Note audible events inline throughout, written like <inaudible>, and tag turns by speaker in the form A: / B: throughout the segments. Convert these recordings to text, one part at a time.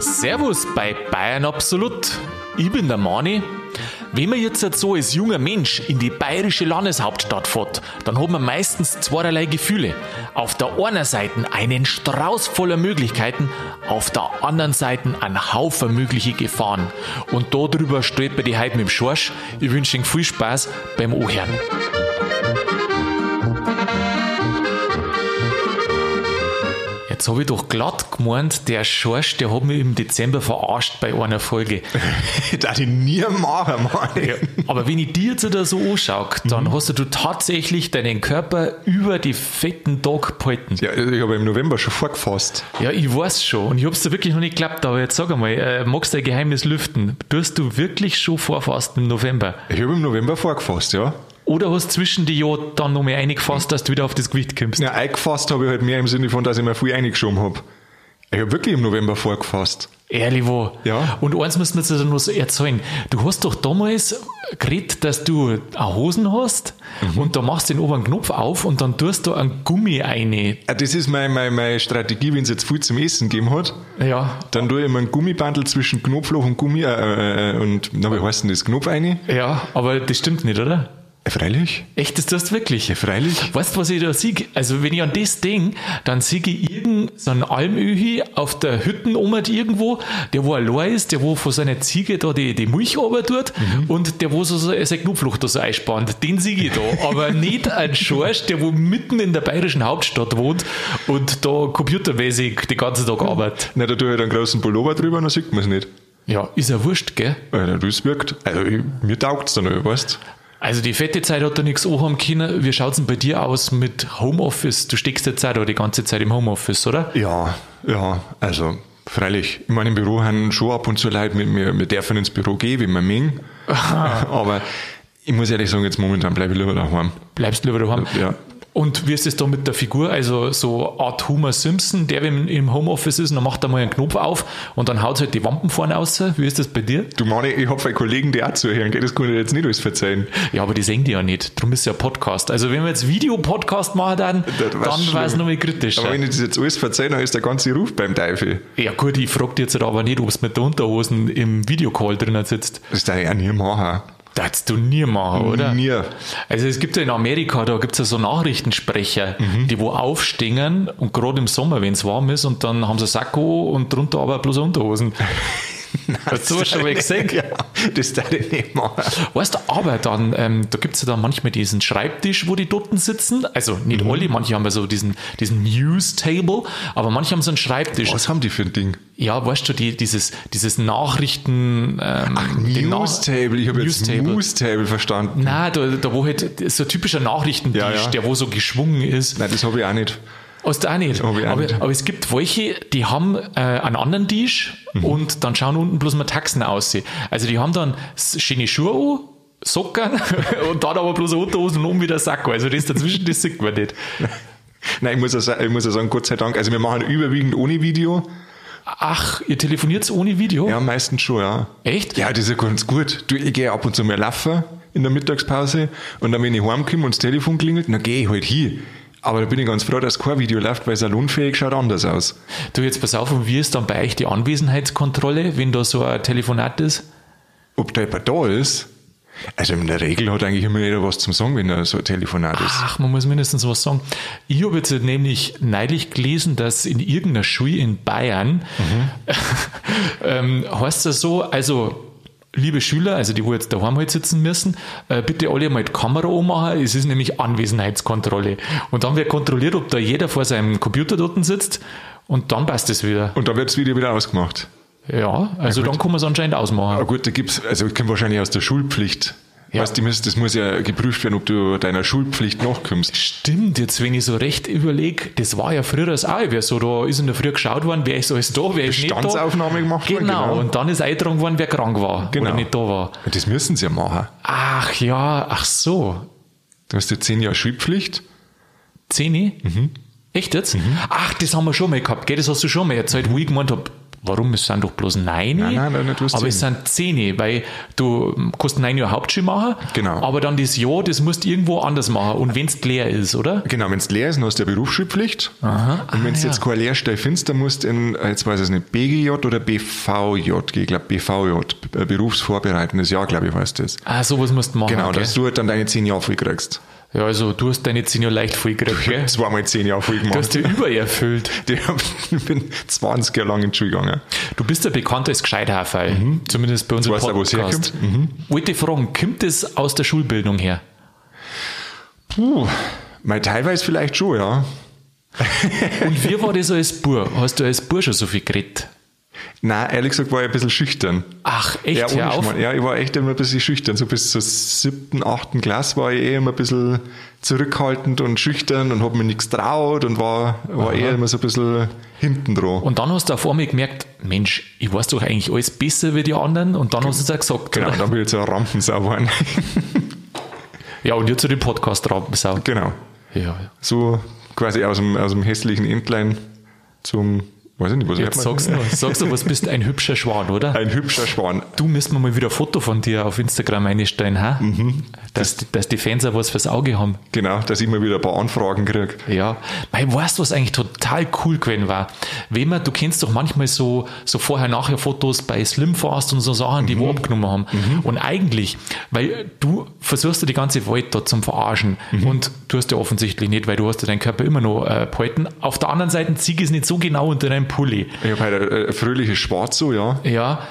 A: Servus bei Bayern Absolut. Ich bin der Mani. Wenn man jetzt so als junger Mensch in die bayerische Landeshauptstadt fährt, dann hat man meistens zweierlei Gefühle. Auf der einen Seite einen Strauß voller Möglichkeiten, auf der anderen Seite einen Haufen mögliche Gefahren. Und darüber stolpert die heute mit dem Schorsch. Ich wünsche Ihnen viel Spaß beim Ohren. Jetzt habe ich doch glatt gemeint, der Schorsch, der hat mich im Dezember verarscht bei einer Folge.
B: <laughs> Darf ich nie machen, Mann.
A: Aber wenn ich dir jetzt da so anschaue, dann hast du tatsächlich deinen Körper über die fetten Tag gehalten.
B: Ja, also ich habe im November schon vorgefasst.
A: Ja, ich weiß schon. Und ich hab's dir wirklich noch nicht geklappt. Aber jetzt sag einmal, äh, magst du ein Geheimnis lüften? Tust du wirklich schon vorfasten im November?
B: Ich habe im November vorgefasst, ja.
A: Oder hast du zwischen die Jahr dann noch mehr eingefasst, dass du wieder auf das Gewicht kommst?
B: Ja, eingefasst habe ich halt mehr im Sinne von, dass ich mir viel eingeschoben habe. Ich habe wirklich im November vorgefasst.
A: Ehrlich wo?
B: Ja.
A: Und eins müssen wir jetzt also noch so erzählen. Du hast doch damals geredet, dass du eine Hosen hast und da machst du den oberen Knopf auf und dann tust du einen Gummi rein.
B: Ah, Das ist meine, meine, meine Strategie, wenn es jetzt viel zum Essen gegeben hat.
A: Ja.
B: Dann tue ich immer ein Gummibandel zwischen Knopfloch und Gummi äh, äh, und, na, wie heißt denn das? Knopf rein?
A: Ja, aber das stimmt nicht, oder?
B: Äh, Freilich? Äh,
A: Echt, das tust du wirklich?
B: Freilich?
A: Weißt du, was ich da sehe? Also, wenn ich an das denke, dann sehe ich irgendeinen so einen Almöhi auf der Hüttenumert irgendwo, der wo allein ist, der wo von seiner Ziege da die, die Milch tut und der wo so, so seine Knopflucht da so einspannt. Den sehe ich da. Aber nicht ein Schorsch, der wo mitten in der bayerischen Hauptstadt wohnt und da computermäßig den ganzen Tag arbeitet.
B: Na, da tue ich halt einen großen Pullover drüber und dann sieht man es nicht.
A: Ja, ist ja wurscht, gell?
B: Äh, das wirkt. Also, ich, mir taugt es dann, weißt
A: Also die fette Zeit hat da nichts anhaben können. Wie schaut es denn bei dir aus mit Homeoffice? Du steckst jetzt auch da die ganze Zeit im Homeoffice, oder?
B: Ja, ja, also freilich. In meinem Büro haben schon ab und zu Leute mit mir, wir dürfen ins Büro gehen, wenn wir mögen. <laughs> Aber ich muss ehrlich sagen, jetzt momentan bleibe ich lieber daheim.
A: Bleibst lieber daheim.
B: Ja.
A: Und wie ist es da mit der Figur? Also so Art Homer Simpson, der wenn im Homeoffice ist, dann macht er mal einen Knopf auf und dann haut halt die Wampen vorne raus. Wie ist das bei dir?
B: Du meine, ich habe einen Kollegen, der auch zuhören geht, das kann ich dir jetzt nicht alles verzeihen.
A: Ja, aber die sehen die ja nicht. Darum ist ja Podcast. Also wenn wir jetzt Videopodcast machen, dann,
B: Das
A: dann
B: war's
A: war es
B: schlimm.
A: nochmal kritisch.
B: Aber wenn ich das jetzt alles verzeihe, dann ist der ganze Ruf beim Teufel.
A: Ja gut, ich frage dich jetzt aber nicht, ob es mit der Unterhosen im Videocall drinnen sitzt.
B: Das darf ich auch nie machen.
A: Das du nie machen, oder?
B: Nie.
A: Also es gibt ja in Amerika, da gibt es ja so Nachrichtensprecher,
B: Mhm.
A: die wo aufstehen und gerade im Sommer, wenn es warm ist, und dann haben sie Sakko und drunter aber bloß
B: <laughs>
A: Unterhosen. Hast du das schon mal gesehen?
B: Ja, das darf ich nicht machen.
A: Weißt du, aber dann, ähm, da gibt es ja dann manchmal diesen Schreibtisch, wo die Dotten sitzen. Also nicht
B: Mhm.
A: alle, manche haben ja so diesen, diesen News-Table, aber manche haben so einen Schreibtisch.
B: Was haben die für ein Ding?
A: Ja, weißt du, die, dieses, dieses Nachrichten... Ähm, den Na-
B: News-Table, ich habe jetzt
A: News-Table.
B: Moose-Table verstanden.
A: Nein, da, da wo halt das ist so ein typischer Nachrichtentisch,
B: Ja, ja.
A: der wo so geschwungen ist.
B: Nein, das habe ich auch nicht.
A: Hast du auch nicht.
B: Hab ich auch
A: aber,
B: nicht.
A: aber es gibt welche, die haben äh, einen anderen Tisch
B: Mhm.
A: und dann schauen unten bloß mal Taxen aus. Also die haben dann s- schöne Schuhe an, Socken <laughs> und dann aber bloß eine Unterhose und oben wieder ein Sakko. Also das dazwischen, das sieht man nicht.
B: Nein, ich muss, ja, sa- ich muss ja sagen, Gott sei Dank. Also wir machen überwiegend ohne Video.
A: Ach, ihr telefoniert ohne Video?
B: Ja, meistens schon, ja.
A: Echt?
B: Ja, das ist ja ganz gut. Du, ich gehe ab und zu mal laufen in der Mittagspause und dann, wenn ich heimkomme und das Telefon klingelt, dann gehe ich halt hin. Aber da bin ich ganz froh, dass kein Video läuft, weil salonfähig schaut anders aus.
A: Du, jetzt pass auf, und wie ist dann bei euch die Anwesenheitskontrolle, wenn da so ein Telefonat ist?
B: Ob da jemand da ist, also in der Regel hat eigentlich immer jeder was zum Sagen, wenn da so ein Telefonat ist.
A: Ach, man muss mindestens was sagen. Ich habe jetzt nämlich neulich gelesen, dass in irgendeiner Schule in Bayern <laughs> ähm, heißt das so, also liebe Schüler, also die, wo jetzt daheim halt sitzen müssen, äh, bitte alle mal die Kamera anmachen, es ist nämlich Anwesenheitskontrolle. Und dann wird kontrolliert, ob da jeder vor seinem Computer dort sitzt und dann passt es wieder.
B: Und da wird das Video wieder ausgemacht.
A: Ja, also dann kann man es anscheinend ausmachen.
B: Ah gut, da gibt's, also ich komme wahrscheinlich aus der Schulpflicht.
A: Ja.
B: Weißt du, das muss- das muss ja geprüft werden, ob du deiner Schulpflicht nachkommst.
A: Stimmt, jetzt wenn ich so recht überlege, das war ja früher das auch immer so, da ist in der Früh geschaut worden, wer ist alles da, wer ist nicht da.
B: Bestandsaufnahme gemacht worden,
A: worden. Genau,
B: genau.
A: und dann ist eingetragen worden, wer krank war
B: Genau.
A: oder nicht da war.
B: Das müssen sie ja machen.
A: Ach ja, ach so.
B: Du hast ja zehn Jahre Schulpflicht. Mhm.
A: Zehni? Echt jetzt? Ach, das haben wir schon mal gehabt, gell? das hast du schon mal erzählt, wo ich gemeint habe, warum, es sind doch bloß nein,
B: Nein, nein, nein, nicht bloß
A: aber es sind zehn, weil du kannst neun Jahre Hauptschule machen,
B: Genau.
A: aber dann das Jahr, das musst du irgendwo anders machen und wenn es leer ist, oder?
B: Genau, wenn es leer ist, dann hast du eine Berufsschulpflicht.
A: Aha.
B: Und wenn
A: Ah,
B: du
A: ja.
B: jetzt keine Lehrstelle findest, dann musst du in, äh, jetzt weiß ich es nicht, BGJ oder BVJ, ich glaube BVJ, äh, berufsvorbereitendes Jahr, glaube ich, weißt du das.
A: Ah, sowas musst du machen.
B: Genau,
A: gell?
B: dass du halt dann deine zehn Jahre voll kriegst.
A: Ja, also du hast deine zehn Jahre leicht vollgekriegt, gell?
B: Zweimal zehn Jahre voll
A: Du hast
B: gemacht.
A: die übererfüllt.
B: Die hab- <laughs> Ich bin 20 Jahre lang in die Schule gegangen.
A: Du bist ja bekannt als Gescheithafer,
B: Mhm.
A: zumindest bei uns im
B: weißt du, wo es Mhm.
A: Podcast. Wollte fragen, kommt das aus der Schulbildung her?
B: Puh, mal teilweise vielleicht schon, ja.
A: Und wie war das als Bur? Hast du als Bur schon so viel geredet?
B: Nein, ehrlich gesagt war ich ein bisschen schüchtern.
A: Ach, echt,
B: Ja,
A: hör
B: ohne
A: auf.
B: Schmarrn. ja, ich war echt immer ein bisschen schüchtern. So bis zur siebten, achten Klasse war ich eh immer ein bisschen zurückhaltend und schüchtern und habe mir nichts traut und war, war eher immer so ein bisschen hinten dran.
A: Und dann hast du auf einmal gemerkt, Mensch, ich weiß doch eigentlich alles besser wie die anderen und dann hast du es auch gesagt.
B: genau,
A: oder?
B: dann bin ich zur Rampensau geworden. <laughs>
A: Ja, und jetzt zu dem Podcast Rampensau.
B: genau.
A: Ja,
B: So quasi aus dem, aus dem hässlichen Entlein zum, weiß ich nicht, was
A: jetzt sagst du, sagst du, was bist du, ein hübscher Schwan, oder?
B: <laughs> Ein hübscher Schwan.
A: Du müssen wir mal wieder ein Foto von dir auf Instagram einstellen, ha?
B: Mhm.
A: Dass, dass die Fans auch was fürs Auge haben.
B: Genau, dass ich immer wieder ein paar Anfragen kriege.
A: Ja, weil weißt du, was eigentlich total cool gewesen war? Wenn man, du kennst doch manchmal so, so Vorher-Nachher-Fotos bei Slimfast und so Sachen, die wir abgenommen haben. Und eigentlich, weil du versuchst ja die ganze Welt da zum Verarschen und tust ja offensichtlich nicht, weil du hast ja deinen Körper immer noch äh, behalten. Auf der anderen Seite zieh es nicht so genau unter deinen Pulli.
B: Ich habe halt ein, ein fröhliches Schwarz so, ja.
A: Ja,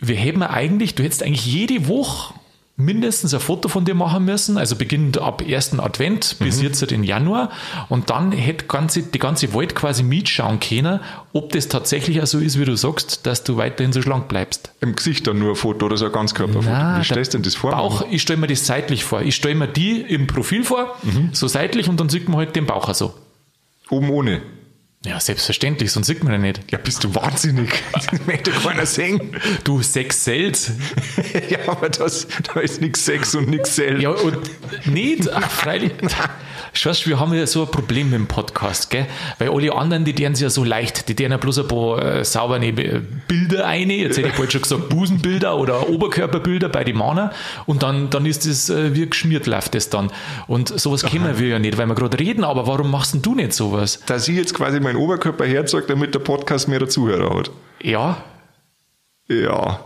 A: wir hätten ja eigentlich, du hättest eigentlich jede Woche mindestens ein Foto von dir machen müssen, also beginnend ab 1. Advent
B: Mhm.
A: bis jetzt halt in Januar und dann hätte ganze, die ganze Welt quasi mitschauen können, ob das tatsächlich auch so ist, wie du sagst, dass du weiterhin so schlank bleibst.
B: Im Gesicht dann nur ein Foto oder so ein Ganzkörperfoto.
A: Na,
B: Wie
A: der
B: stellst du denn das vor?
A: Bauch, ich stelle mir das seitlich vor. Ich stelle mir die im Profil vor,
B: Mhm.
A: so seitlich und dann sieht man halt den Bauch auch so.
B: Oben ohne.
A: Ja, selbstverständlich, sonst sieht man ja nicht.
B: Ja, bist du wahnsinnig. <laughs> Das möchte keiner sehen. <laughs>
A: Du, Sex sells.
B: ja, aber das, da ist nichts Sex und nichts Sell.
A: Ja, und nicht, ach, freilich. Schaust, wir haben ja so ein Problem mit dem Podcast, gell? Weil alle anderen, die deren ja so leicht, die deren ja bloß ein paar äh, saubere äh, Bilder eine, jetzt hätte ich bald schon gesagt, Busenbilder oder Oberkörperbilder bei den Männern und dann, dann ist das äh, wie geschmiert läuft das dann. Und sowas kennen wir ja nicht, weil wir gerade reden, aber warum machst denn du nicht sowas?
B: Dass ich jetzt quasi meinen Oberkörper herzeige, damit der Podcast mehr Zuhörer hat.
A: Ja,
B: Ja.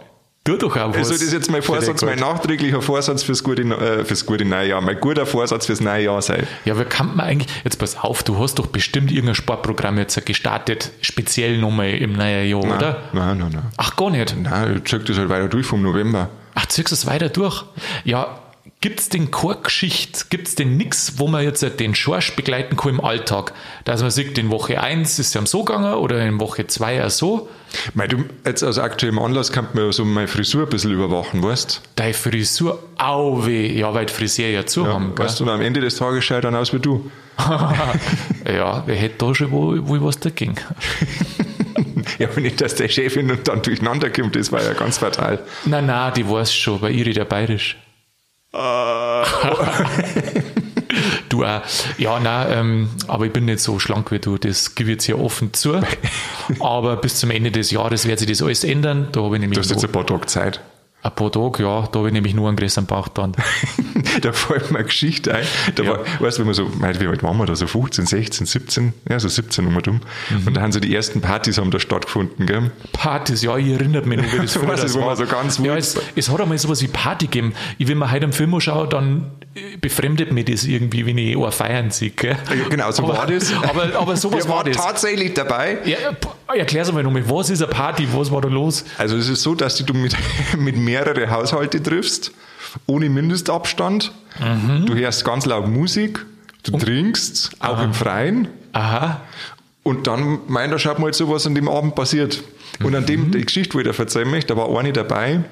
A: tu doch auch was.
B: Also das ist jetzt mein
A: Für dein
B: Vorsatz,
A: Geld.
B: mein nachträglicher Vorsatz fürs gute, äh, fürs gute Neujahr. Mein guter Vorsatz fürs neue Jahr sein.
A: Ja, wir kann man eigentlich, jetzt pass auf, du hast doch bestimmt irgendein Sportprogramm jetzt gestartet, speziell nochmal im neuen Jahr, oder?
B: Nein, nein, nein.
A: Ach, gar nicht.
B: Nein, ich check das halt weiter durch vom November.
A: Ach, ziehst du es weiter durch? Ja, gibt's denn keine Geschichte, gibt's denn nix, wo man jetzt den Schorsch begleiten kann im Alltag? Dass man sieht, in Woche 1 ist ja so gegangen oder in Woche 2 auch so.
B: Mei, du, jetzt aus aktuellem Anlass kann man so meine Frisur ein bisschen überwachen, weißt
A: Deine Frisur, au weh. Ja, weil die Frisier ja zu haben. Gell?
B: Weißt du, und am Ende des Tages schaut dann aus wie du.
A: <laughs>
B: <laughs>
A: ja, wer hätte da schon wohl, wohl was dagegen?
B: Ja, aber nicht, dass der Chefin und dann durcheinander kommt, das war ja ganz fatal.
A: Nein, nein, die weiß schon, weil ich rede ja bayerisch. Äh. Du auch. Ja, nein, ähm, aber ich bin nicht so schlank wie du, das gebe ich jetzt hier offen zu.
B: <laughs>
A: Aber bis zum Ende des Jahres wird sich das alles ändern. Da habe ich
B: Du
A: nämlich
B: hast jetzt
A: nur,
B: ein paar Tage Zeit. <laughs>
A: ein paar Tage, ja, da habe ich nämlich nur einen größeren Bauch dann.
B: da fällt mir eine Geschichte ein. Da war, weißt du, wenn man so, mei, wie alt waren wir da, so 15, 16, 17, ja, so 17 um und um.
A: Mhm.
B: Und da haben so die ersten Partys haben da stattgefunden, gell?
A: Partys, ja, ich erinnere mich noch, wie
B: <laughs>
A: das
B: Weißt
A: früher
B: du,
A: das
B: wo man
A: war.
B: so ganz
A: ja,
B: wild-
A: es, es hat einmal sowas wie Party gegeben. Ich, wenn man heute einen Film anschaue, dann äh, befremdet mich das irgendwie, wenn ich einen feiern sehe. Gell?
B: Ja, genau, so
A: aber,
B: war das.
A: <laughs> Aber, aber sowas
B: Wir
A: war
B: waren
A: das.
B: tatsächlich dabei.
A: Ja, erklär's mal nochmal, was ist eine Party, was war da los?
B: Also es ist so, dass du mit, <laughs> mit mehrere Haushalte triffst, ohne Mindestabstand.
A: Mhm.
B: Du hörst ganz laut Musik, du trinkst, auch im Freien.
A: Aha,
B: Und dann meint er, schaut mal, so was an dem Abend passiert. Und an dem, die Geschichte, wo ich da erzählen möchte, da war eine dabei.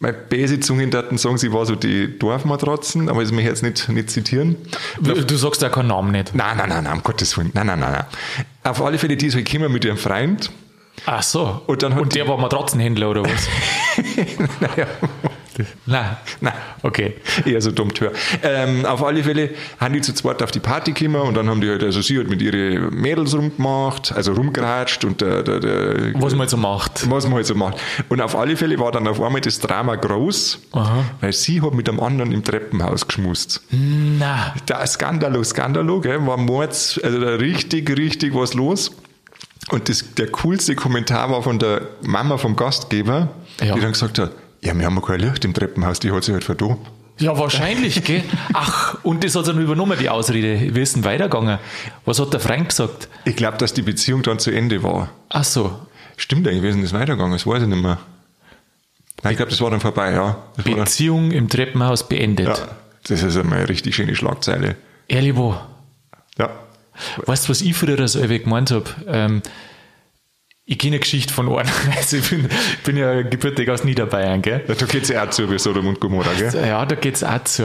B: Meine böse Zungen daten sagen, sie war so die Dorfmatratzen, aber das möchte ich jetzt nicht, nicht zitieren.
A: du, du sagst da keinen Namen nicht.
B: Nein, nein, nein, nein, um Gottes Willen. Nein, nein, nein, nein. Auf alle Fälle, die ist halt gekommen mit ihrem Freund. <laughs>
A: Ach so,
B: Und dann hat
A: und
B: die-
A: der war Matratzenhändler oder was?
B: naja,
A: Nein.
B: <laughs> Nein.
A: Okay.
B: Eher so dumm teuer. Ähm, auf alle Fälle haben die zu zweit auf die Party gekommen und dann haben die halt, also sie hat mit ihren Mädels rumgemacht, also rumgeratscht und der, der, der
A: Was man so macht.
B: was man halt so macht. Und auf alle Fälle war dann auf einmal das Drama groß,
A: Aha.
B: weil sie hat mit dem anderen im Treppenhaus geschmust.
A: Na,
B: Da Skandalo, Skandalo, gell, war Mords, also da richtig, richtig was los. Und das, der coolste Kommentar war von der Mama vom Gastgeber,
A: Ja.
B: die dann gesagt hat, ja, wir haben ja kein Licht im Treppenhaus, die hat sich halt verdorben.
A: ja, wahrscheinlich, gell? Ach, und das hat er dann übernommen, die Ausrede. Wir sind weitergegangen. Was hat der Frank gesagt?
B: Ich glaube, dass die Beziehung dann zu Ende war.
A: Ach so,
B: Stimmt eigentlich, wir sind das weitergegangen, das weiß ich nicht mehr. Nein, ich glaube, das war dann vorbei, ja. Das, war dann,
A: Beziehung im Treppenhaus beendet.
B: ja, das ist einmal eine richtig schöne Schlagzeile.
A: Ehrlich, wo?
B: Ja.
A: Weißt du, was ich früher so ewig gemeint habe? Ähm, ich kenne eine Geschichte von einem. <laughs> Also ich bin, bin ja gebürtig aus Niederbayern, gell?
B: ja da geht es ja auch zu, wie so der Mundgomorra, gell?
A: Ja, da geht's auch zu.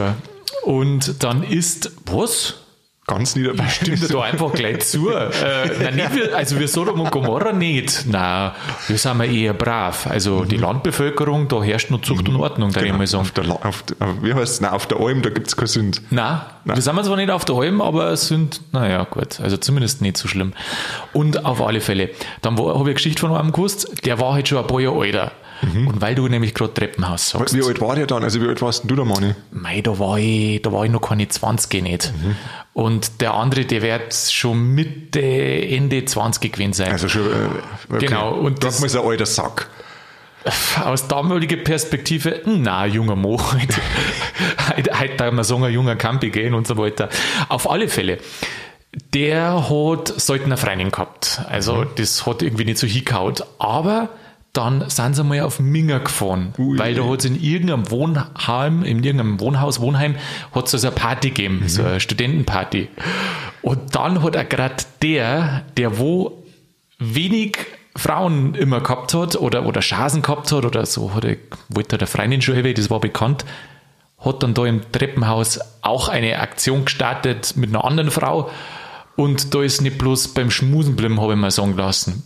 A: Und dann ist, was?
B: Ganz niederbayern.
A: Stimmt er da einfach gleich zu? Äh, nein, nicht wir, also wir Sodom und Gomorra nicht. Nein, wir sind ja eher brav. Also die Landbevölkerung, da herrscht nur Zucht und Ordnung, da ich mal sagen.
B: Auf der, La- auf, der- auf, wie heißt es? Auf der Alm, da gibt es keine Sünd.
A: Nein, wir sind zwar nicht auf der Alm, aber es sind, naja, gut, also zumindest nicht so schlimm. Und auf alle Fälle, dann habe ich eine Geschichte von einem gewusst, der war halt schon ein paar Jahre älter. Und weil du nämlich gerade Treppenhaus sagst,
B: Wie alt war der dann? Also wie alt warst denn du da, Mani?
A: mei, da war ich, da war ich noch keine 20 nicht. Und der andere, der wird schon Mitte, Ende 20 gewesen sein.
B: Also schon... Äh, okay.
A: Genau, und
B: Da
A: das-
B: hat man so ein alter Sack. <laughs>
A: aus damaliger Perspektive, na, junger Mo, heute, heute, <laughs> heute darf man sagen, ein junger Campi gehen und so weiter. Auf alle Fälle. Der hat selten eine Freundin gehabt. Also, das hat irgendwie nicht so hingehauen. Aber dann sind sie mal auf Minger gefahren,
B: Ui.
A: weil da hat es in irgendeinem Wohnheim, in irgendeinem Wohnhaus, Wohnheim, hat es also eine Party gegeben, so eine Studentenparty. Und dann hat er gerade der, der wo wenig Frauen immer gehabt hat oder, oder Chancen gehabt hat oder so, hat er, wollte er der Freundin schon ewig, das war bekannt, hat dann da im Treppenhaus auch eine Aktion gestartet mit einer anderen Frau und da ist nicht bloß beim Schmusen blieben, habe ich mal sagen lassen.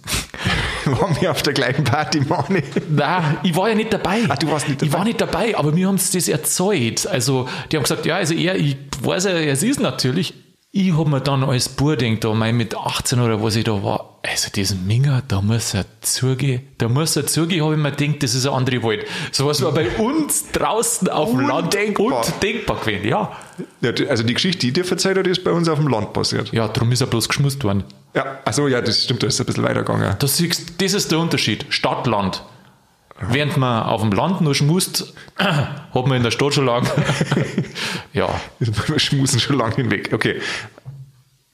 B: Waren wir auf der gleichen Party, Mani?
A: Nein, ich war ja nicht dabei.
B: Ah, du warst nicht
A: Ich war nicht dabei, aber mir haben sie das erzeugt. Also, die haben gesagt, ja, also er, ich weiß ja, es ist natürlich. Ich habe mir dann als Bub gedacht, da mein mit 18 oder was ich da war, also diesen Minger, da muss er zugehen, da muss er zugehen, habe ich mir gedacht, das ist eine andere Welt. So was war bei uns draußen auf dem Land
B: Undenkbar.
A: undenkbar gewesen, ja.
B: Ja, die- also die Geschichte, die dir verzeiht hat, ist bei uns auf dem Land passiert.
A: Ja, darum ist er bloß geschmust worden.
B: Ja, also ja, das stimmt, da ist ein bisschen weitergegangen.
A: Das, siehst, das ist der Unterschied, Stadt-Land. Während man auf dem Land nur schmust, <clears throat> hat man in der Stadt schon lang. <laughs> ja,
B: Wir schmusen schon lange hinweg. Okay.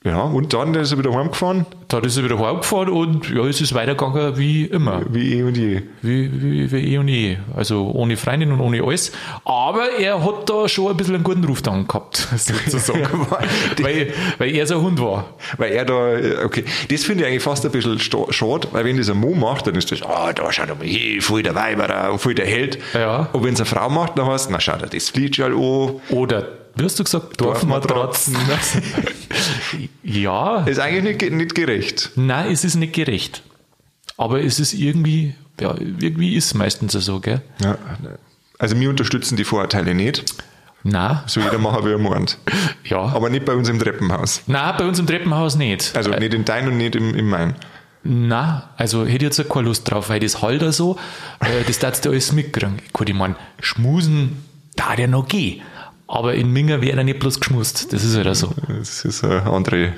B: Ja, und dann ist er wieder heimgefahren,
A: Da ist er wieder heimgefahren und ja, es ist weitergegangen wie immer.
B: wie eh und je.
A: Wie, wie, wie eh und je. Also ohne Freundin und ohne alles. Aber er hat da schon ein bisschen einen guten Ruf dann gehabt,
B: <laughs>
A: sozusagen. <laughs> weil, weil er so ein Hund war.
B: Weil er da, äh, okay, das finde ich eigentlich fast ein bisschen sta- schade, weil wenn das ein Mo macht, dann ist das, ah, da schaut mal hin, voll der Weiber und voll der Held.
A: Ja.
B: Und wenn es eine Frau macht, dann heißt es, na schau dir das Fliegerl an.
A: Oder, wie hast du gesagt, Dorfmatratzen. <laughs> ja,
B: Ist eigentlich nicht, ge- nicht gerecht.
A: nein, es ist nicht gerecht. Aber es ist irgendwie, ja, irgendwie ist es meistens so, gell?
B: Ja. Also wir unterstützen die Vorurteile nicht,
A: Nein,
B: so jeder machen wie er meint.
A: ja.
B: Aber nicht bei uns im Treppenhaus.
A: nein, bei uns im Treppenhaus nicht.
B: Also nicht in dein und nicht im, im Main.
A: Na, also hätte ich jetzt keine Lust drauf, weil das halt so, äh, das darfst du alles mitkriegen. Gut, ich meine, schmusen da der noch gehen. Aber in Minger wäre er nicht bloß geschmust. Das ist halt so.
B: Das ist ein andere,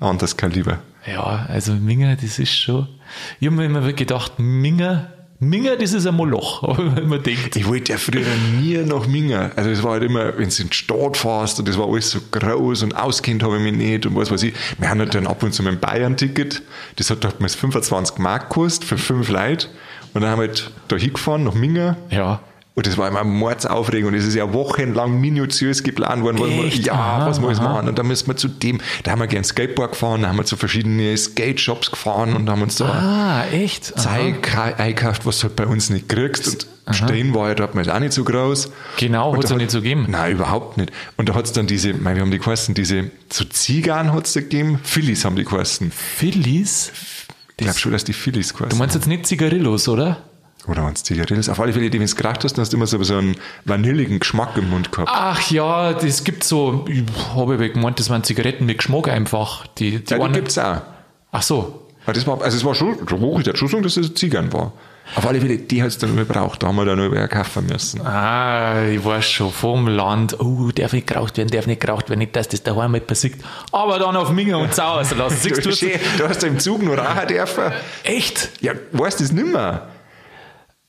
B: anderes Kaliber.
A: Ja, also Minger, das ist schon. Ich habe mir immer gedacht, Minger, Minger, das ist ein Moloch. Aber <laughs> wenn man denkt,
B: Ich wollte ja früher nie nach Minger. Also es war halt immer, wenn du in die Stadt fährst und das war alles so groß und auskennt habe ich mich nicht und was weiß ich. Wir haben halt dann ab und zu mit dem Bayern-Ticket, das hat damals 25 Mark gekostet für fünf Leute. Und dann haben wir halt da hingefahren nach Minger.
A: ja,
B: Und das war immer Mordsaufregung. Und es ist ja wochenlang minutiös geplant worden, was man,
A: Echt?
B: ja,
A: Aha,
B: was man alles
A: aha.
B: machen. Und dann müssen wir zu dem, da haben wir gerne Skateboard gefahren, da haben wir zu verschiedenen Skate-Shops gefahren und haben uns da
A: ah, echt? Aha.
B: Zeig einkauft, was du halt bei uns nicht kriegst. Und Stehen war ja damals auch nicht so groß.
A: Genau,
B: Und
A: hat's
B: da
A: ja nicht so gegeben.
B: Nein, überhaupt nicht. Und da hat es dann diese, mein, wir haben die geheißen, diese, zu Ziegern hat es da gegeben, Phillies haben die geheißen.
A: Phillies?
B: Ich glaube schon, dass die Phillies
A: Du
B: geheißen
A: meinst jetzt nicht Zigarillos, oder?
B: Oder wenn es Zigarette ist. Auf alle Fälle, die, wenn es geracht hast, dann hast du immer so, so einen vanilligen Geschmack im Mund gehabt.
A: Ach ja, das gibt so, ich habe ja gemeint, das waren Zigaretten mit Geschmack einfach. Die, die
B: ja, die
A: waren-
B: gibt es auch.
A: Ach so.
B: Aber das war, also es war schon, da wo ich der Schussung, dass das Ziegern war. Auf alle Fälle, die hat es dann immer gebraucht. Da haben wir dann über kaufen müssen.
A: Ah, ich weiß schon, vom Land. Oh, darf nicht geraucht werden, darf nicht geraucht werden, nicht, dass das daheim mal passiert. Aber dann auf Minger und Sauer lassen. Siehst du das?
B: Schön, da hast <laughs> du im Zug nur rauchen dürfen.
A: Echt?
B: Ja, weißt du das nimmer?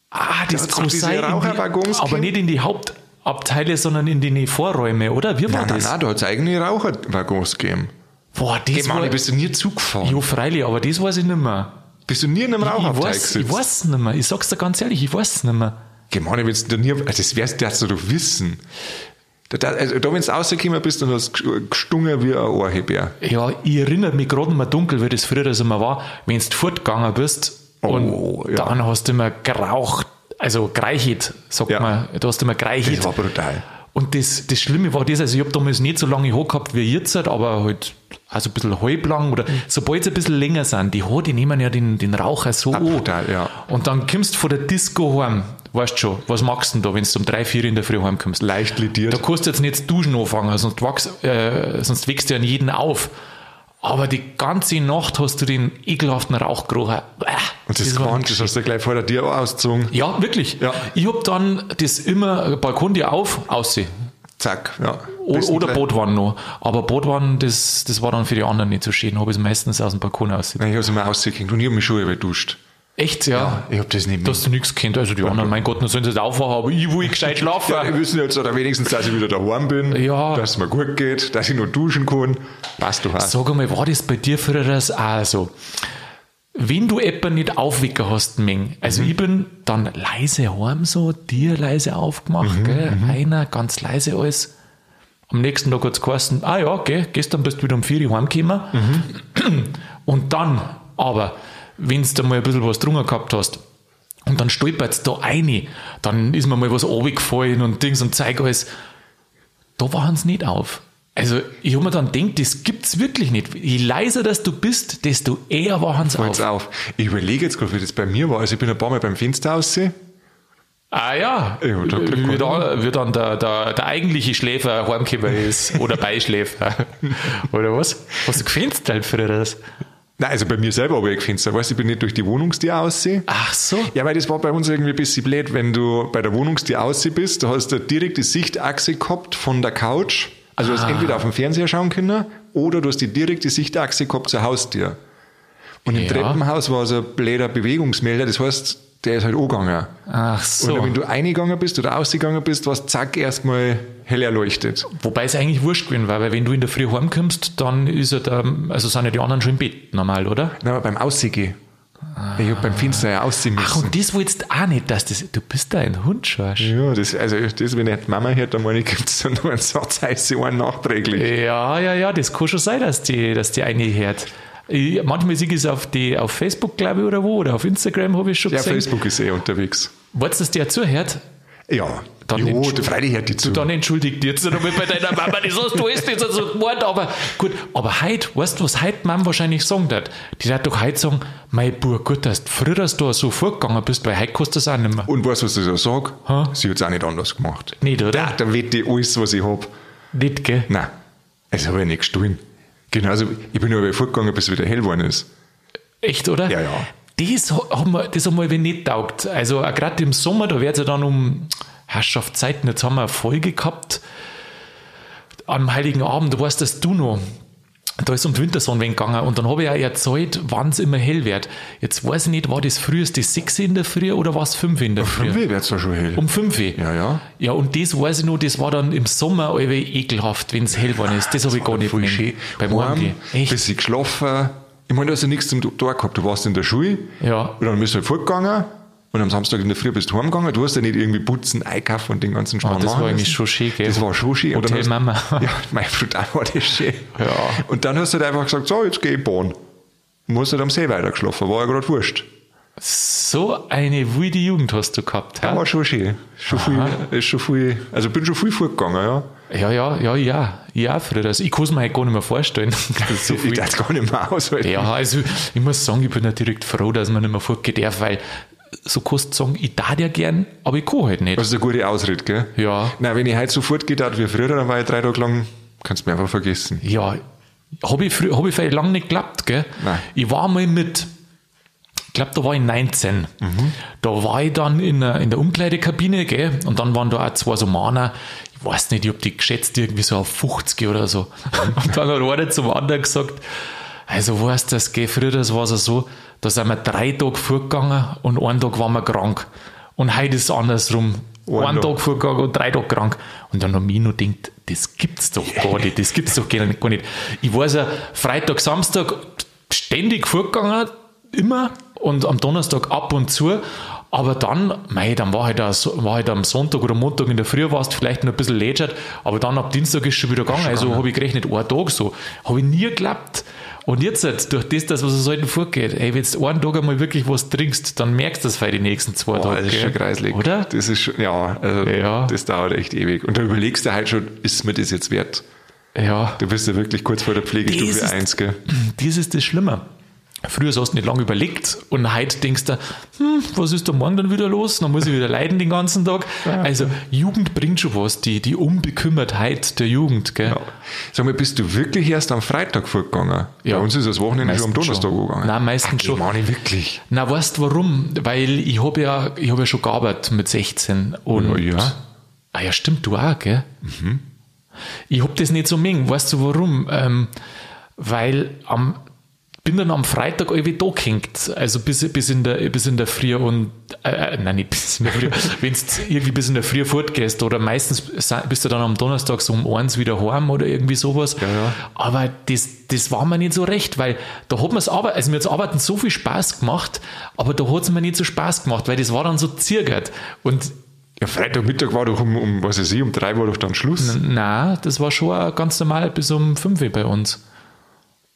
A: Ah, das
B: Ja,
A: kann
B: doch, diese
A: sein. in die-
B: Raucherwaggons
A: Aber
B: kommen.
A: nicht in die Hauptabteile, sondern in die Vorräume, oder? Wie war
B: Nein, nein,
A: das?
B: nein, da hat es eigene Raucherwaggons gegeben.
A: Boah, das
B: Ich meine,
A: war...
B: bist du nie Zug gefahren?
A: Jo, freilich, aber das weiß ich nicht mehr.
B: Bist du nie in einem
A: Ich
B: Raucherabteil
A: weiß, ich
B: gesessen?
A: weiß es nicht mehr. Ich sag's dir ganz ehrlich, ich weiß es nicht mehr.
B: Gemeine, wenn du nie, also das wärst, darfst du doch wissen. Da, da, also da wenn du rausgekommen bist, dann hast du gesch- gestungen wie ein Orhebär.
A: Ja, ich erinnere mich gerade mal dunkel, wie das früher immer war, wenn du fortgegangen bist
B: Oh,
A: und
B: ja.
A: dann hast du immer geraucht, also gereichelt, sagt
B: Ja.
A: man. Du hast immer gereichelt.
B: Das war brutal.
A: Und das, das Schlimme war das, also ich habe damals nicht so lange Haare gehabt wie jetzt, aber halt also ein bisschen halblang oder sobald sie ein bisschen länger sind, die Haare, die nehmen ja den, den Raucher so an.
B: Ah, brutal, ja.
A: Und dann kommst du von der Disco heim, weißt schon, was magst du denn da, wenn du um drei, vier in der Früh heimkommst?
B: Leicht lidiert.
A: Da kannst du jetzt nicht duschen anfangen, also sonst, wachs, äh, sonst wächst du an jeden auf. Aber die ganze Nacht hast du den ekelhaften Rauchgeruch. Äh,
B: Und das,
A: war-
B: Korn, das hast du gleich vor der Tür ausgezogen.
A: Ja, wirklich.
B: Ja.
A: Ich hab dann das immer, Balkon dir auf, aussehen.
B: Zack, ja.
A: O
B: Besten
A: oder
B: gleich-
A: Bootwann noch. Aber Bootwann, das, das war dann für die anderen nicht so schön. Habe ich meistens aus dem Balkon aussehen.
B: Nein, ich habe es immer ausgekriegt und ich habe mich schon überduscht.
A: Echt, ja.
B: Ich habe das nicht
A: Dass du nichts kennt. Also die anderen, mein Gott, dann sollen sie jetzt aufwachen, aber ich
B: <laughs>
A: will gescheit schlafen.
B: Ja, wir wissen jetzt oder wenigstens, dass ich wieder daheim bin,
A: Ja.
B: dass es mir gut geht, dass ich nur duschen kann. Passt doch auch.
A: Sag einmal, war das bei dir früher das auch so? Wenn du jemanden nicht aufwecken hast, Ming, also ich bin dann leise heim so, dir leise aufgemacht, gell? einer ganz leise alles. Am nächsten Tag hat es geheißen, ah ja, gell, gestern bist du wieder um 4 Uhr heimgekommen. Und dann, aber, wenn du mal ein bisschen was drunter gehabt hast, und dann stolpert da eine, dann ist mir mal was runtergefallen und Dings und zeig alles da waren sie nicht auf. Also, ich habe mir dann gedacht, das gibt's wirklich nicht. Je leiser das du bist, desto eher waren sie
B: Jetzt
A: auf.
B: auf. Ich überlege jetzt gerade, wie das bei mir war. Also ich bin ein paar Mal beim Fenster aussehen.
A: Ah ja,
B: Ja, da Glück
A: wie,
B: gehabt.
A: da, wie dann der, der, der eigentliche Schläfer Heimgeber
B: <laughs>
A: ist oder Beischläfer. oder was? Hast du gefenstert halt früher das?
B: Nein, also bei mir selber habe ich kein Fenster. Weißt du, ich bin nicht durch die Wohnungstür aussehen.
A: Ach so.
B: Ja, weil das war bei uns irgendwie ein bisschen blöd, wenn du bei der Wohnungstür aussehen bist, da hast du direkt die Sichtachse gehabt von der Couch. Also
A: Ah.
B: du hast entweder auf dem Fernseher schauen können oder du hast die direkte Sichtachse gehabt zur Haustür. Und im
A: Ja.
B: Treppenhaus war so ein blöder Bewegungsmelder, das heißt, der ist halt angegangen.
A: Ach so.
B: Und wenn du eingegangen bist oder ausgegangen bist, warst zack erstmal hell erleuchtet.
A: Wobei es eigentlich wurscht gewesen war, weil wenn du in der Früh heimkommst, dann ist ja der, also sind ja die anderen schon im Bett normal, oder?
B: Nein, aber beim Aussiege. Ich habe beim Fenster ja ausziehen müssen.
A: Ach, und das wolltest du auch nicht, dass das, du bist da ein Hund, Schorsch.
B: Ja, das, also das, wenn ich die Mama hört, dann meine ich, gibt es dann noch einen Satz, heißt sie einen nachträglich.
A: Ja, ja, ja, das kann schon sein, dass die, dass die eine hört. Ich, manchmal sehe ich es auf, die, auf Facebook, glaube ich, oder wo, oder auf Instagram habe ich schon
B: Ja,
A: gesehen.
B: Facebook ist eh unterwegs.
A: Weißt du, dass der zuhört?
B: Ja,
A: Dann
B: jo,
A: nimmst-
B: der Freilich hört die zu.
A: Dann entschuldigt dich jetzt nochmal bei deiner Mama, das hast du jetzt nicht so gemacht, aber gut. Aber heute, weißt du, was heute die Mama wahrscheinlich sagen wird? Die wird doch heute sagen, mein Bub, gut, dass du früher da so vorgegangen bist, weil heute kannst du das auch nicht mehr.
B: Und weißt du, was ich so sage?
A: Hä?
B: Sie hat es auch nicht anders gemacht.
A: Nicht, oder?
B: Ja, dann wird die alles, was ich habe.
A: Nicht, gell?
B: Nein, das habe ich nicht gestohlen. Genauso, ich bin nur vorgegangen, bis es wieder hell geworden ist.
A: Echt, oder?
B: Ja, ja.
A: Das haben wir, das haben wir wenn nicht taugt. Also auch gerade im Sommer, da wird es ja dann um Herrschaftszeiten. Jetzt haben wir eine Folge gehabt am Heiligen Abend, du weißt das du noch. Da ist um die Wintersonnenwende gegangen und dann habe ich ja erzählt, wann es immer hell wird. Jetzt weiß ich nicht, war das früheste 6 in der Früh oder war es 5 in der Früh?
B: Und wie wird es schon hell?
A: Um 5 Uhr.
B: Um Ja, ja.
A: Ja, und das weiß ich noch, das war dann im Sommer allweil ekelhaft, wenn es hell geworden ist. Das habe ich gar nicht
B: Voll
A: mehr
B: schön.
A: beim
B: Warm,
A: Heimgehen. Echt?
B: bisschen geschlafen. Ich meine, du hast ja nichts zum Tag gehabt. Du warst in der Schule.
A: Ja.
B: Und dann bist du halt fortgegangen. Und am Samstag in der Früh bist du heimgegangen. Du hast ja nicht irgendwie putzen, einkaufen und den ganzen Spaß
A: Ah, das war eigentlich schon schön, gell?
B: Das war schon schön. Und dann
A: Hotel
B: hast-
A: Mama.
B: <laughs> Ja, mein brutal war das schön.
A: Ja.
B: Und dann hast du halt einfach gesagt, so, jetzt geh ich bahn. Und hast halt am See weiter geschlafen. War ja gerade wurscht.
A: So eine wilde Jugend hast du gehabt. hä?
B: War schon schön. Schon viel, ist schon viel, also bin schon viel fortgegangen, ja.
A: Ja, ja, ja, ja. Ja, früher. Also ich kann es mir halt gar nicht mehr vorstellen. <laughs> Das ist
B: <laughs>
A: so
B: ich
A: viel.
B: darf gar nicht mehr aushalten.
A: ja, also ich muss sagen, ich bin ja direkt froh, dass man nicht mehr fortgehen darf, weil so kannst du sagen, ich darf ja gern, aber ich kann halt nicht.
B: Das ist eine gute Ausrede, gell?
A: Ja.
B: Nein, wenn ich heute sofort gedacht wie früher, dann war ich drei Tage lang, kannst du mir einfach vergessen.
A: ja, habe ich, frü- hab ich vielleicht lange nicht geklappt, gell?
B: Nein.
A: Ich war mal mit, ich glaube, da war ich 19.
B: Mhm.
A: Da war ich dann in der, in der Umkleidekabine, gell? Und dann waren da auch zwei so Männer, ich weiß nicht, ich habe die geschätzt irgendwie so auf 50 oder
B: <laughs>
A: so. Und dann hat einer zum anderen gesagt, also weißt du, das, gell, früher das war so so, da sind wir drei Tage vorgegangen und einen Tag waren wir krank. Und heute ist es andersrum.
B: Ein
A: Einen
B: Tag.
A: Tag vorgegangen und drei Tage krank. Und dann habe ich nur gedacht, das gibt's doch gar nicht, das gibt's doch gar nicht. gar nicht. Ich weiß ja, Freitag, Samstag ständig vorgegangen, immer und am Donnerstag ab und zu. Aber dann, mei, dann war halt, auch, so- war halt am Sonntag oder Montag in der Früh warst, vielleicht noch ein bisschen lätschert, aber dann ab Dienstag ist schon wieder gegangen. Also habe ich gerechnet, ein Tag so. Habe ich nie geklappt. Und jetzt, halt, durch das, dass was so selten vorgeht, ey, wenn du einen Tag einmal wirklich was trinkst, dann merkst du das für die nächsten zwei
B: Boah,
A: Tage.
B: das ist schon
A: gell?
B: kreislig.
A: Oder?
B: Das ist schon, ja, also
A: Ja.
B: das dauert echt ewig. Und da überlegst du halt schon, ist mir das jetzt wert?
A: Ja.
B: Du bist ja wirklich kurz vor der
A: Das
B: Pflegestufe
A: ist-
B: 1, gell?
A: Das ist das Schlimme. Früher hast du nicht lange überlegt und heute denkst du, hm, was ist da morgen dann wieder los? Dann muss ich wieder leiden den ganzen Tag. Also Jugend bringt schon was, die, die Unbekümmertheit der Jugend. Gell?
B: Ja. Sag mal, bist du wirklich erst am Freitag vorgegangen?
A: Ja.
B: Bei uns ist das Wochenende schon am
A: Meistens
B: Donnerstag
A: schon.
B: gegangen.
A: Nein, meistens
B: Ach,
A: schon.
B: Mann, nicht wirklich.
A: Na, weißt du warum? Weil ich habe ja, ich hab ja schon gearbeitet mit 16 und
B: Oh Ja, Mhm. ja.
A: Ah ja, stimmt, du auch, gell? Ich habe das nicht so meng. Weißt du warum? Ähm, weil am bin dann am Freitag irgendwie da gehängt, also bis, bis, in der, bis in der Früh und, äh, äh, nein, nicht bis in der Früh, <laughs> wenn du irgendwie bis in der Früh fortgehst oder meistens sa- bist du dann am Donnerstag so um eins wieder heim oder irgendwie sowas.
B: ja.
A: Aber das, das war mir nicht so recht, weil da hat mir's aber, also mir hat's Arbeiten so viel Spaß gemacht, aber da hat's mir nicht so Spaß gemacht, weil das war dann so zirgert. Und
B: Ja, Freitagmittag war doch um, um was weiß ich, um drei war doch dann Schluss.
A: na, das war schon ganz normal bis um 5 Uhr bei uns.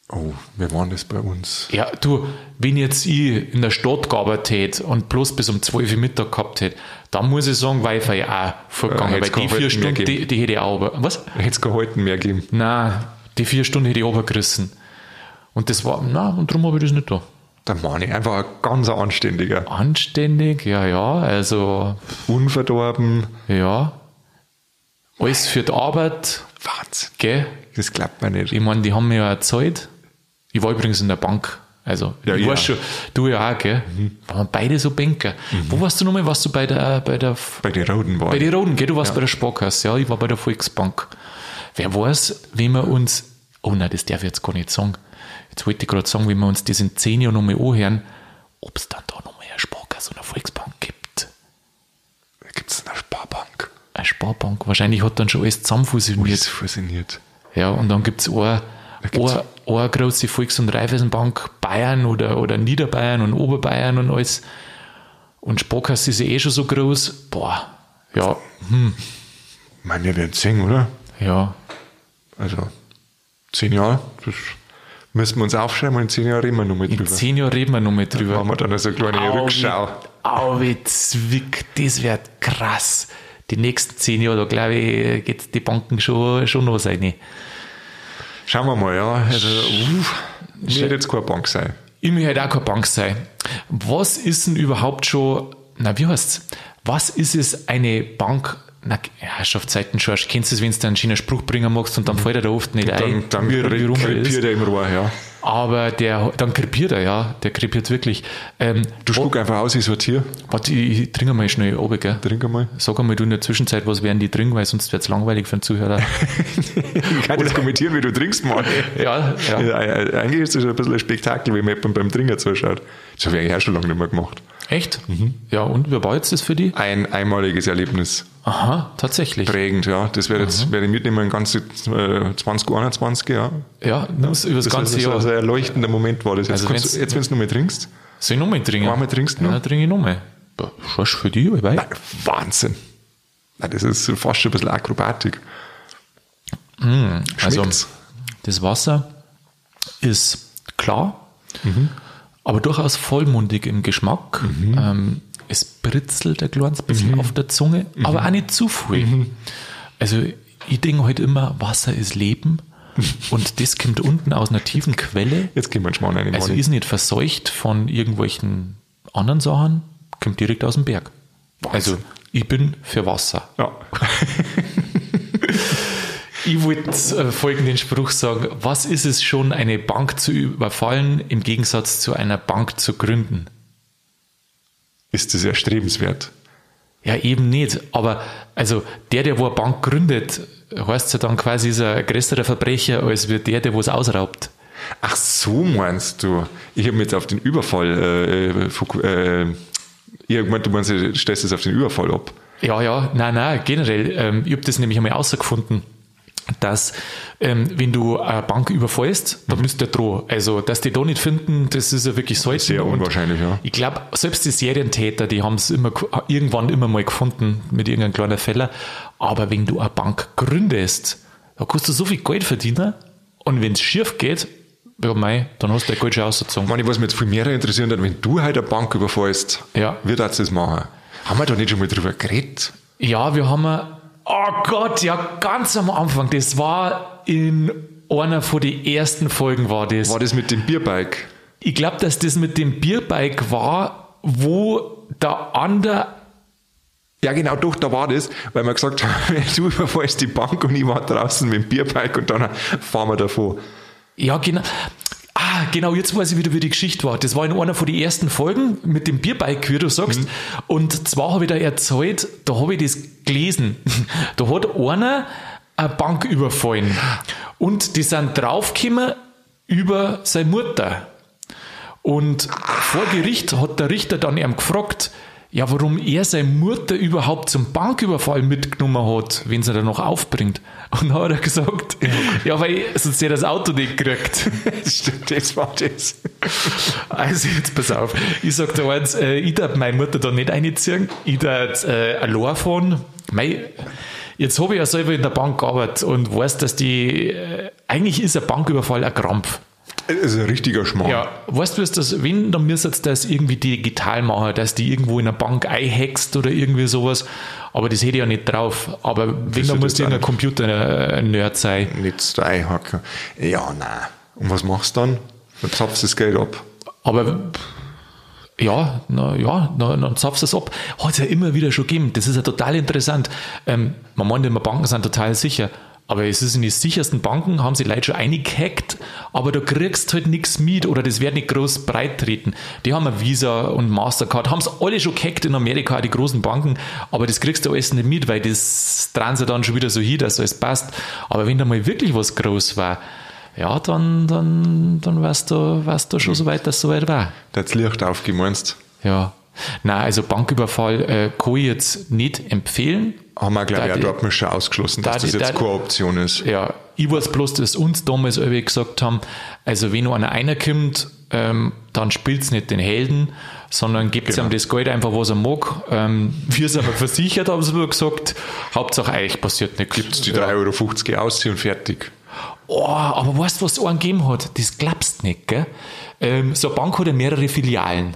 B: Oh, wir waren das bei uns.
A: Ja, du, wenn jetzt ich in der Stadt gearbeitet hätte und bloß bis um 12 Uhr Mittag gehabt hätte, dann muss ich sagen, Wi-Fi auch vorgegangen, weil
B: Ja, hätt's
A: die
B: kein
A: vier
B: Verhalten mehr
A: Stunden, die,
B: gegeben.
A: die hätte ich auch. aber- Was?
B: Hätte es gehalten mehr geben.
A: Na, die vier Stunden hätte ich runtergerissen. Und das war, na, und darum habe ich das nicht da.
B: Der Mani, einfach ein ganz anständiger.
A: Anständig, ja, ja, also,
B: Unverdorben.
A: ja. Alles für die Arbeit,
B: Wahnsinn.
A: gell?
B: Das klappt mir nicht.
A: Ich meine, die haben mir ja erzählt. Ich war übrigens in der Bank. Also,
B: Ja,
A: ich
B: ich
A: weiß
B: auch.
A: schon, du ja auch, gell? Waren wir beide so Banker.
B: Mhm.
A: Wo warst du nochmal? Warst du bei der, bei der,
B: Bei den Roten war
A: bei den Roden, gell? Du warst bei der Sparkasse, ja? Ich war bei der Volksbank. Wer weiß, wie wir uns, oh nein, das darf ich jetzt gar nicht sagen. Jetzt wollte ich gerade sagen, wie wir uns das in zehn Jahren nochmal anhören, ob es dann da nochmal eine Sparkasse und eine Volksbank gibt.
B: Gibt es eine Sparbank?
A: Eine Sparbank. Wahrscheinlich hat dann schon alles zusammenfusioniert.
B: Ist fusioniert.
A: Ja, und dann gibt es eine,
B: gibt's-
A: eine, eine große Volks- und Raiffeisenbank Bayern oder, oder Niederbayern und Oberbayern und alles. Und Sparkasse ist ja eh schon so groß. Boah, ja,
B: Ich meine, wir werden singen, oder?
A: ja.
B: Also, zehn Jahre, das müssen wir uns aufschreiben und in zehn Jahren reden wir nochmal
A: In
B: drüber.
A: zehn Jahren reden wir nochmal drüber.
B: Machen wir dann so eine kleine
A: Au, wie-
B: Rückschau.
A: Au, wie Zwick, das wird krass. Die nächsten zehn Jahre, da glaube ich, geht die Banken schon, schon noch rein.
B: Schauen wir mal, ja. Also, uff, ich hätte jetzt keine Bank sein.
A: Ich möchte halt auch keine Bank sein. Was ist denn überhaupt schon, na, wie heißt's? Was ist es, eine Bank, na, Herrschaftszeiten, George, kennst du es, wenn du einen schönen Spruch bringen magst und dann fällt er da oft nicht ein,
B: Mhm. Dann, dann
A: wie, wie rum er
B: krepiert
A: ist.
B: er im Rohr, ja.
A: Aber der, dann krepiert er, ja, der krepiert wirklich. Ähm,
B: Du spuck einfach aus, ich sortiere.
A: warte, ich, ich trinke mal schnell oben, gell?
B: Trink einmal.
A: Sag einmal du in der Zwischenzeit, was werden die trinken, weil sonst wird's langweilig für den
B: <laughs>
A: Zuhörer.
B: Ich kann das kommentieren, wie du trinkst, Mann.
A: ja, ja.
B: Ja, ja, Eigentlich ist das ein bisschen ein Spektakel, wenn man jemand beim Trinken zuschaut. Das habe ich eigentlich auch schon lange nicht mehr gemacht.
A: Echt?
B: Mhm.
A: Ja, und wer war jetzt das für die?
B: Ein einmaliges Erlebnis.
A: Aha, tatsächlich.
B: Prägend, ja. Das werde
A: Mhm.
B: jetzt werde ich mitnehmen, ein ganze äh, 2021, ja.
A: Ja, nimm's über das ganze
B: so,
A: Jahr.
B: so ein erleuchtender Moment war das. Jetzt,
A: Also
B: kannst
A: wenn's-
B: du, jetzt wenn du nur mehr trinkst.
A: Soll ich nochmal trinken?
B: Einmal trinkst du noch?
A: Ja, trinke ich nochmal. Schaust für dich, weil
B: Wahnsinn. Na, das ist fast schon ein bisschen Akrobatik.
A: Also,
B: Schmeckt's?
A: das Wasser ist klar,
B: Mhm.
A: aber durchaus vollmundig im Geschmack. Ähm, es britzelt ein kleines bisschen
B: Mhm.
A: auf der Zunge, aber auch nicht zu viel. Also, ich denke heute immer, Wasser ist
B: <laughs>
A: Leben und das kommt unten aus einer tiefen Quelle.
B: Jetzt gehen wir einen Schmarrn rein.
A: Also, ist nicht verseucht von irgendwelchen anderen Sachen. Kommt direkt aus dem Berg.
B: Wahnsinn.
A: Also, ich bin für Wasser.
B: Ja.
A: Ich wollte äh, folgenden Spruch sagen. Was ist es schon, eine Bank zu überfallen, im Gegensatz zu einer Bank zu gründen?
B: Ist das erstrebenswert?
A: Ja, eben nicht. Aber also der, der wo eine Bank gründet, heißt ja dann quasi, ist ein größerer Verbrecher als wir der, der wo es ausraubt.
B: Ach so, meinst du? Ich habe mir jetzt auf den Überfall. Äh, äh, foku- äh, ich hab gemeint, du meinst, du stellst es auf den Überfall ab.
A: Ja, ja, nein, nein, generell. Ähm, ich habe das nämlich einmal herausgefunden, dass ähm, wenn du eine Bank überfallst,
B: Mhm.
A: dann müsst ihr drohen. Also, dass die da nicht finden, das ist ja wirklich selten.
B: Sehr
A: Und
B: unwahrscheinlich, ja.
A: Ich glaube, selbst die Serientäter, die haben es immer, ge- irgendwann immer mal gefunden mit irgendeinem kleinen Fehler. Aber wenn du eine Bank gründest, da kannst du so viel Geld verdienen und wenn es schief geht, ja, mei, dann hast du dein Geld schon ausgezogen.
B: Manni, was mich jetzt viel mehr interessiert hat, wenn du halt eine Bank überfallst,
A: Ja.
B: wie darfst du das machen? Haben wir da nicht schon mal drüber geredet?
A: Ja, wir haben. ein- Oh Gott, ja, ganz am Anfang. Das war in einer von den ersten Folgen war das.
B: War das mit dem Bierbike?
A: Ich glaube, dass das mit dem Bierbike war, wo der andere.
B: Ja, genau, doch, da war das, weil wir gesagt haben, <laughs> du überfallst die Bank und ich war draußen mit dem Bierbike und dann fahren wir davon.
A: Ja, genau. Ah, genau, jetzt weiß ich wieder, wie die Geschichte war. Das war in einer von den ersten Folgen mit dem Bierbike, wie du sagst. Und zwar habe ich da erzählt, da habe ich das gelesen. <laughs> Da hat einer eine Bank überfallen. Und die sind draufgekommen über seine Mutter. Und vor Gericht hat der Richter dann ihm gefragt, ja, warum er seine Mutter überhaupt zum Banküberfall mitgenommen hat, wenn sie da noch aufbringt. Und dann hat er gesagt, ja, weil sonst hätte er das Auto nicht gekriegt.
B: Stimmt, <laughs> das war das.
A: Also jetzt pass auf, ich sag dir eins, äh, ich darf meine Mutter da nicht einziehen, ich darf äh, allein fahren. Mei, jetzt habe ich ja selber in der Bank gearbeitet und weiß, dass die, äh, eigentlich ist ein Banküberfall ein Krampf.
B: Das ist ein richtiger Schmarrn.
A: Ja, weißt du, was das, wenn, dann müsst ihr das irgendwie digital machen, dass die irgendwo in einer Bank einhackst oder irgendwie sowas. Aber das hätte ich ja nicht drauf. Aber wenn, dann
B: ist
A: musst du
B: das
A: irgendein Computer-Nerd sein.
B: Nicht Dreihacker. Ja, nein. Und was machst du dann? Dann zapfst du das Geld ab.
A: Aber ja, na, ja, na, dann zapfst du es ab. Hat es ja immer wieder schon gegeben. Das ist ja total interessant. Ähm, man meint immer, Banken sind total sicher. Aber es ist in den sichersten Banken, haben sie Leute schon eingehackt, aber du kriegst halt nichts mit oder das wird nicht groß breit treten. Die haben eine Visa und Mastercard, haben es alle schon gehackt in Amerika, die großen Banken, aber das kriegst du alles nicht mit, weil das dran sie dann schon wieder so hin, dass alles passt. Aber wenn da mal wirklich was groß war, ja, dann, dann, dann warst du, warst du schon so weit, dass es so weit war.
B: Da hat das Licht aufgemeinst.
A: Ja. Na, also Banküberfall äh, kann ich jetzt nicht empfehlen.
B: Haben wir, glaube ich,
A: Da
B: auch
A: die-
B: dort mal schon ausgeschlossen, dass
A: da
B: das
A: die-
B: jetzt
A: da-
B: keine Option ist.
A: Ja, ich weiß bloß, dass uns damals alle gesagt haben, also wenn nur einer einer kommt, ähm, dann spielt's nicht den Helden, sondern gibt's ihm das Geld einfach, was er mag. Ähm, wir sind aber versichert, haben sie mir gesagt. Hauptsache euch passiert nicht. Gibt's
B: Die 3,50 Euro ausziehen und fertig.
A: Oh, aber weißt du, was es einen gegeben hat? Das glaubst du nicht, gell? Ähm, so eine Bank hat ja mehrere Filialen.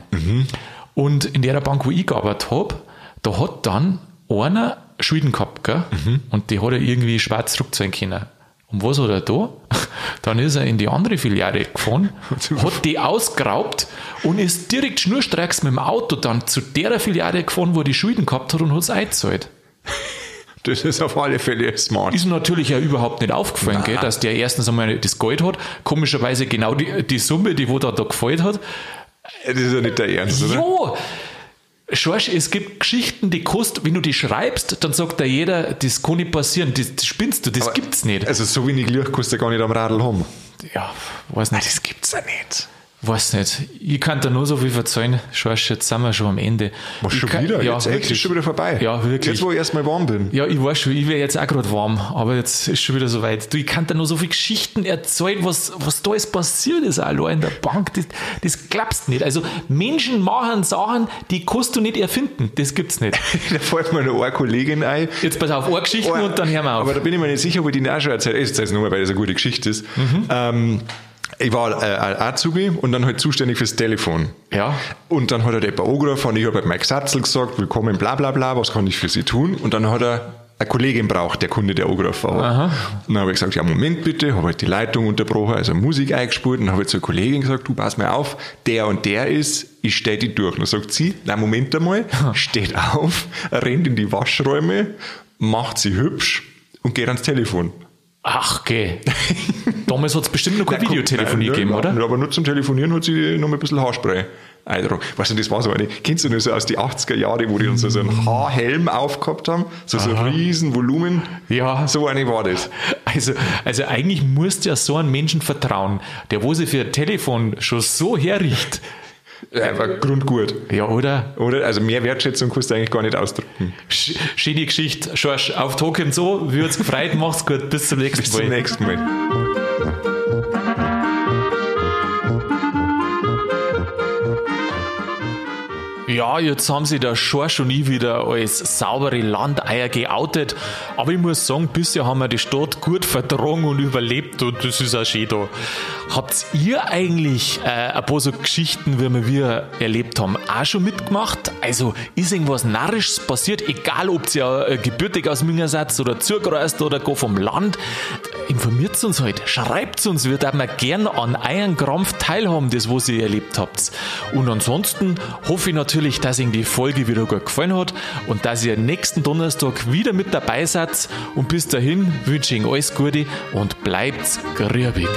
A: Und in der Bank, wo ich gearbeitet habe, da hat dann einer Schulden gehabt, gell? Und die hat er irgendwie schwarz zurückzahlen können. Und was hat er da? <laughs> Dann ist er in die andere Filiale gefahren, hat die ausgeraubt und ist direkt schnurstracks mit dem Auto dann zu der Filiale gefahren, wo er die Schulden gehabt hat und hat es eingezahlt.
B: Das ist auf alle Fälle smart.
A: Ist natürlich ja überhaupt nicht aufgefallen, gell, dass der erstens einmal das Geld hat. Komischerweise genau die, die Summe, die wo da, da gefällt hat.
B: Das ist ja nicht der Ernst, oder?
A: Jo! Schorsch, es gibt Geschichten, die kost, wenn du die schreibst, dann sagt da jeder, das kann nicht passieren, das, das spinnst du, das gibt's nicht.
B: Also so wenig Licht kannst du gar nicht am Radl haben.
A: ja, weiß nicht,
B: Das gibt's ja nicht.
A: weiß nicht. Ich kann da nur so viel verzeihen. Schorsch, jetzt sind wir schon am Ende.
B: Was
A: Ich
B: Oh, schon
A: kann,
B: wieder?
A: Ja,
B: jetzt echt, ist
A: wirklich.
B: schon wieder vorbei.
A: Ja, wirklich.
B: Jetzt, wo ich erstmal warm bin.
A: Ja, ich weiß schon, ich wäre jetzt auch gerade warm, aber jetzt ist schon wieder soweit. Du, ich kann dir nur so viele Geschichten erzählen, was, was da alles passiert ist, allein in der Bank. Das, das glaubst du nicht. Also Menschen machen Sachen, die kannst du nicht erfinden. Das gibt's nicht.
B: <laughs> Da fällt mir noch eine Kollegin ein.
A: Jetzt pass auf, eine Geschichten
B: <laughs> Oh,
A: und dann hören wir auf.
B: Aber da bin ich mir nicht sicher, ob ich die auch schon erzählt habe. Ich erzähle es nur, mal, weil das eine gute Geschichte ist.
A: Mhm.
B: Ähm, ich war äh, ein Azubi und dann halt zuständig fürs Telefon.
A: Ja.
B: Und dann hat er der angerufen und ich habe halt Mike Satzel gesagt, willkommen, bla bla bla, was kann ich für Sie tun? Und dann hat er eine Kollegin braucht, der Kunde, der angerufen hat.
A: Aha.
B: Dann habe ich gesagt, ja, Moment bitte, habe halt die Leitung unterbrochen, also Musik eingespielt und habe zur Kollegin gesagt, du, pass mal auf, der und der ist, ich stell die durch. Dann sagt sie, na Moment einmal, steht auf, rennt in die Waschräume, macht sie hübsch und geht ans Telefon.
A: Ach, geh. Damals hat es bestimmt noch keine
B: Na, guck,
A: Videotelefonie
B: nein,
A: gegeben,
B: nein,
A: oder?
B: nein, Aber nur zum Telefonieren hat sie noch mal ein bisschen Haarspray. Eindruck. Weißt du, das war so eine, kennst du nur so aus die 80er Jahre, wo die dann so, so
A: Hm.
B: einen Haarhelm aufgehabt haben, so, so ein riesen Volumen.
A: Ja.
B: So eine war das.
A: Also, also eigentlich musst du ja so einem Menschen vertrauen, der wo sie für ein Telefon schon so herriecht.
B: Ja, war grundgut.
A: Ja, oder?
B: Oder? Also mehr Wertschätzung kannst du eigentlich gar nicht ausdrücken.
A: Sch schöne Geschichte. Schorsch, auf Token so, wir uns gefreut, mach's gut, bis zum nächsten
B: Bis
A: Mal.
B: zum nächsten Mal.
A: Ja, jetzt haben sie der Schorsch und ich wieder als saubere Landeier geoutet. Aber ich muss sagen, bisher haben wir die Stadt gut verdrungen und überlebt und das ist auch schön da. Habt ihr eigentlich äh, ein paar so Geschichten, wie wir wir erlebt haben, auch schon mitgemacht? Also ist irgendwas Narrisches passiert, egal ob ihr äh, gebürtig aus Münger seid oder zugereist oder gar vom Land? Informiert uns heute, halt, schreibt uns, wir würden gern an euren Krampf teilhaben, das was ihr erlebt habt. Und ansonsten hoffe ich natürlich, dass Ihnen die Folge wieder gut gefallen hat und dass ihr nächsten Donnerstag wieder mit dabei seid. Und bis dahin wünsche ich Ihnen alles Gute und bleibt grübig.